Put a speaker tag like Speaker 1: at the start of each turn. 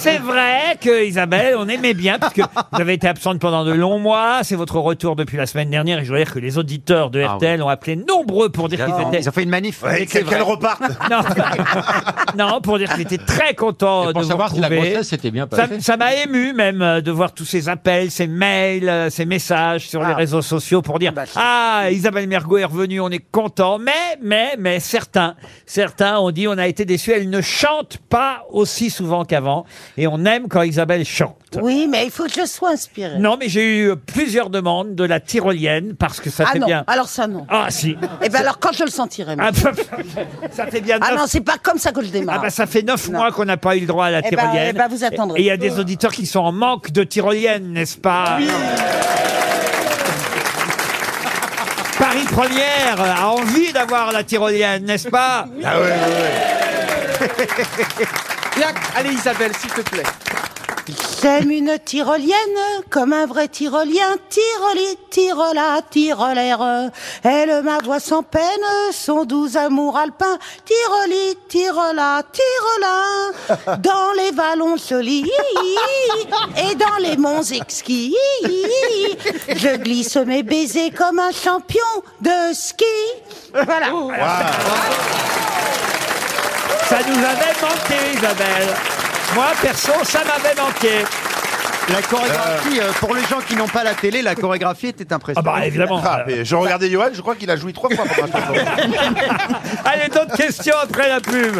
Speaker 1: C'est vrai que Isabelle, on aimait bien parce que vous avez été absente pendant de longs mois. C'est votre retour depuis la semaine dernière et je dois dire que les auditeurs de
Speaker 2: Ah
Speaker 1: RTL ont appelé nombreux pour dire qu'ils étaient.
Speaker 3: Ils ont fait une manif.
Speaker 4: Ouais,
Speaker 3: C'est
Speaker 4: qu'elle qu'elle
Speaker 3: vrai.
Speaker 4: reparte.
Speaker 1: Non, non, pour dire qu'ils étaient très contents euh,
Speaker 2: Et
Speaker 1: de
Speaker 2: pour
Speaker 1: vous
Speaker 2: savoir si la
Speaker 1: retrouver.
Speaker 2: grossesse était bien
Speaker 1: Ça-
Speaker 2: passée.
Speaker 1: Ça m'a ému même euh, de voir tous ces appels, ces mails, euh, ces messages sur
Speaker 2: Ah.
Speaker 1: les réseaux sociaux pour dire
Speaker 2: bah,
Speaker 1: ah Isabelle Mergo est revenue, on est content. Mais mais mais certains certains ont dit on a été déçus, elle ne chante pas aussi souvent qu'avant et on aime quand Isabelle chante.
Speaker 5: Oui, mais il faut que je sois inspirée.
Speaker 1: Non mais j'ai eu euh, plusieurs demandes de la tyrolienne parce que ça
Speaker 5: ah
Speaker 1: fait
Speaker 5: non,
Speaker 1: bien
Speaker 5: alors ça non.
Speaker 1: ah si
Speaker 5: Eh ben alors quand je le sentirai.
Speaker 1: Ah,
Speaker 5: moi.
Speaker 1: bah, ça fait bien
Speaker 5: Ah,
Speaker 1: neuf-
Speaker 5: non, c'est pas comme ça que je démarre.
Speaker 1: Ah bah ça fait neuf
Speaker 5: Non.
Speaker 1: mois qu'on n'a pas eu le droit à la
Speaker 5: Eh ben,
Speaker 1: tyrolienne.
Speaker 5: eh ben, vous attendrez.
Speaker 1: Et il y a des auditeurs qui sont en manque de tyrolienne, n'est-ce pas Paris Première a envie d'avoir la tyrolienne, n'est-ce pas
Speaker 4: Ah ouais, ouais, ouais.
Speaker 3: Allez Isabelle, s'il te plaît.
Speaker 5: J'aime une tyrolienne comme un vrai tyrolien. Tyroli, tyrola, tyrolaire. Elle m'avoue sans peine son doux amour alpin. Tyroli, tyrola, tyrola. Dans les vallons jolis et dans les monts exquis. Je glisse mes baisers comme un champion de ski. Voilà.
Speaker 1: Ça nous avait manqué, Isabelle. Moi, perso, ça m'avait manqué.
Speaker 3: La chorégraphie, euh, pour les gens qui n'ont pas la télé, la chorégraphie était
Speaker 1: Ah
Speaker 3: impressionnante.
Speaker 1: bah, évidemment.
Speaker 4: Ah, mais je regardais Johan, je crois qu'il a joué trois fois pour un chanson.
Speaker 1: Allez, d'autres questions après la pub.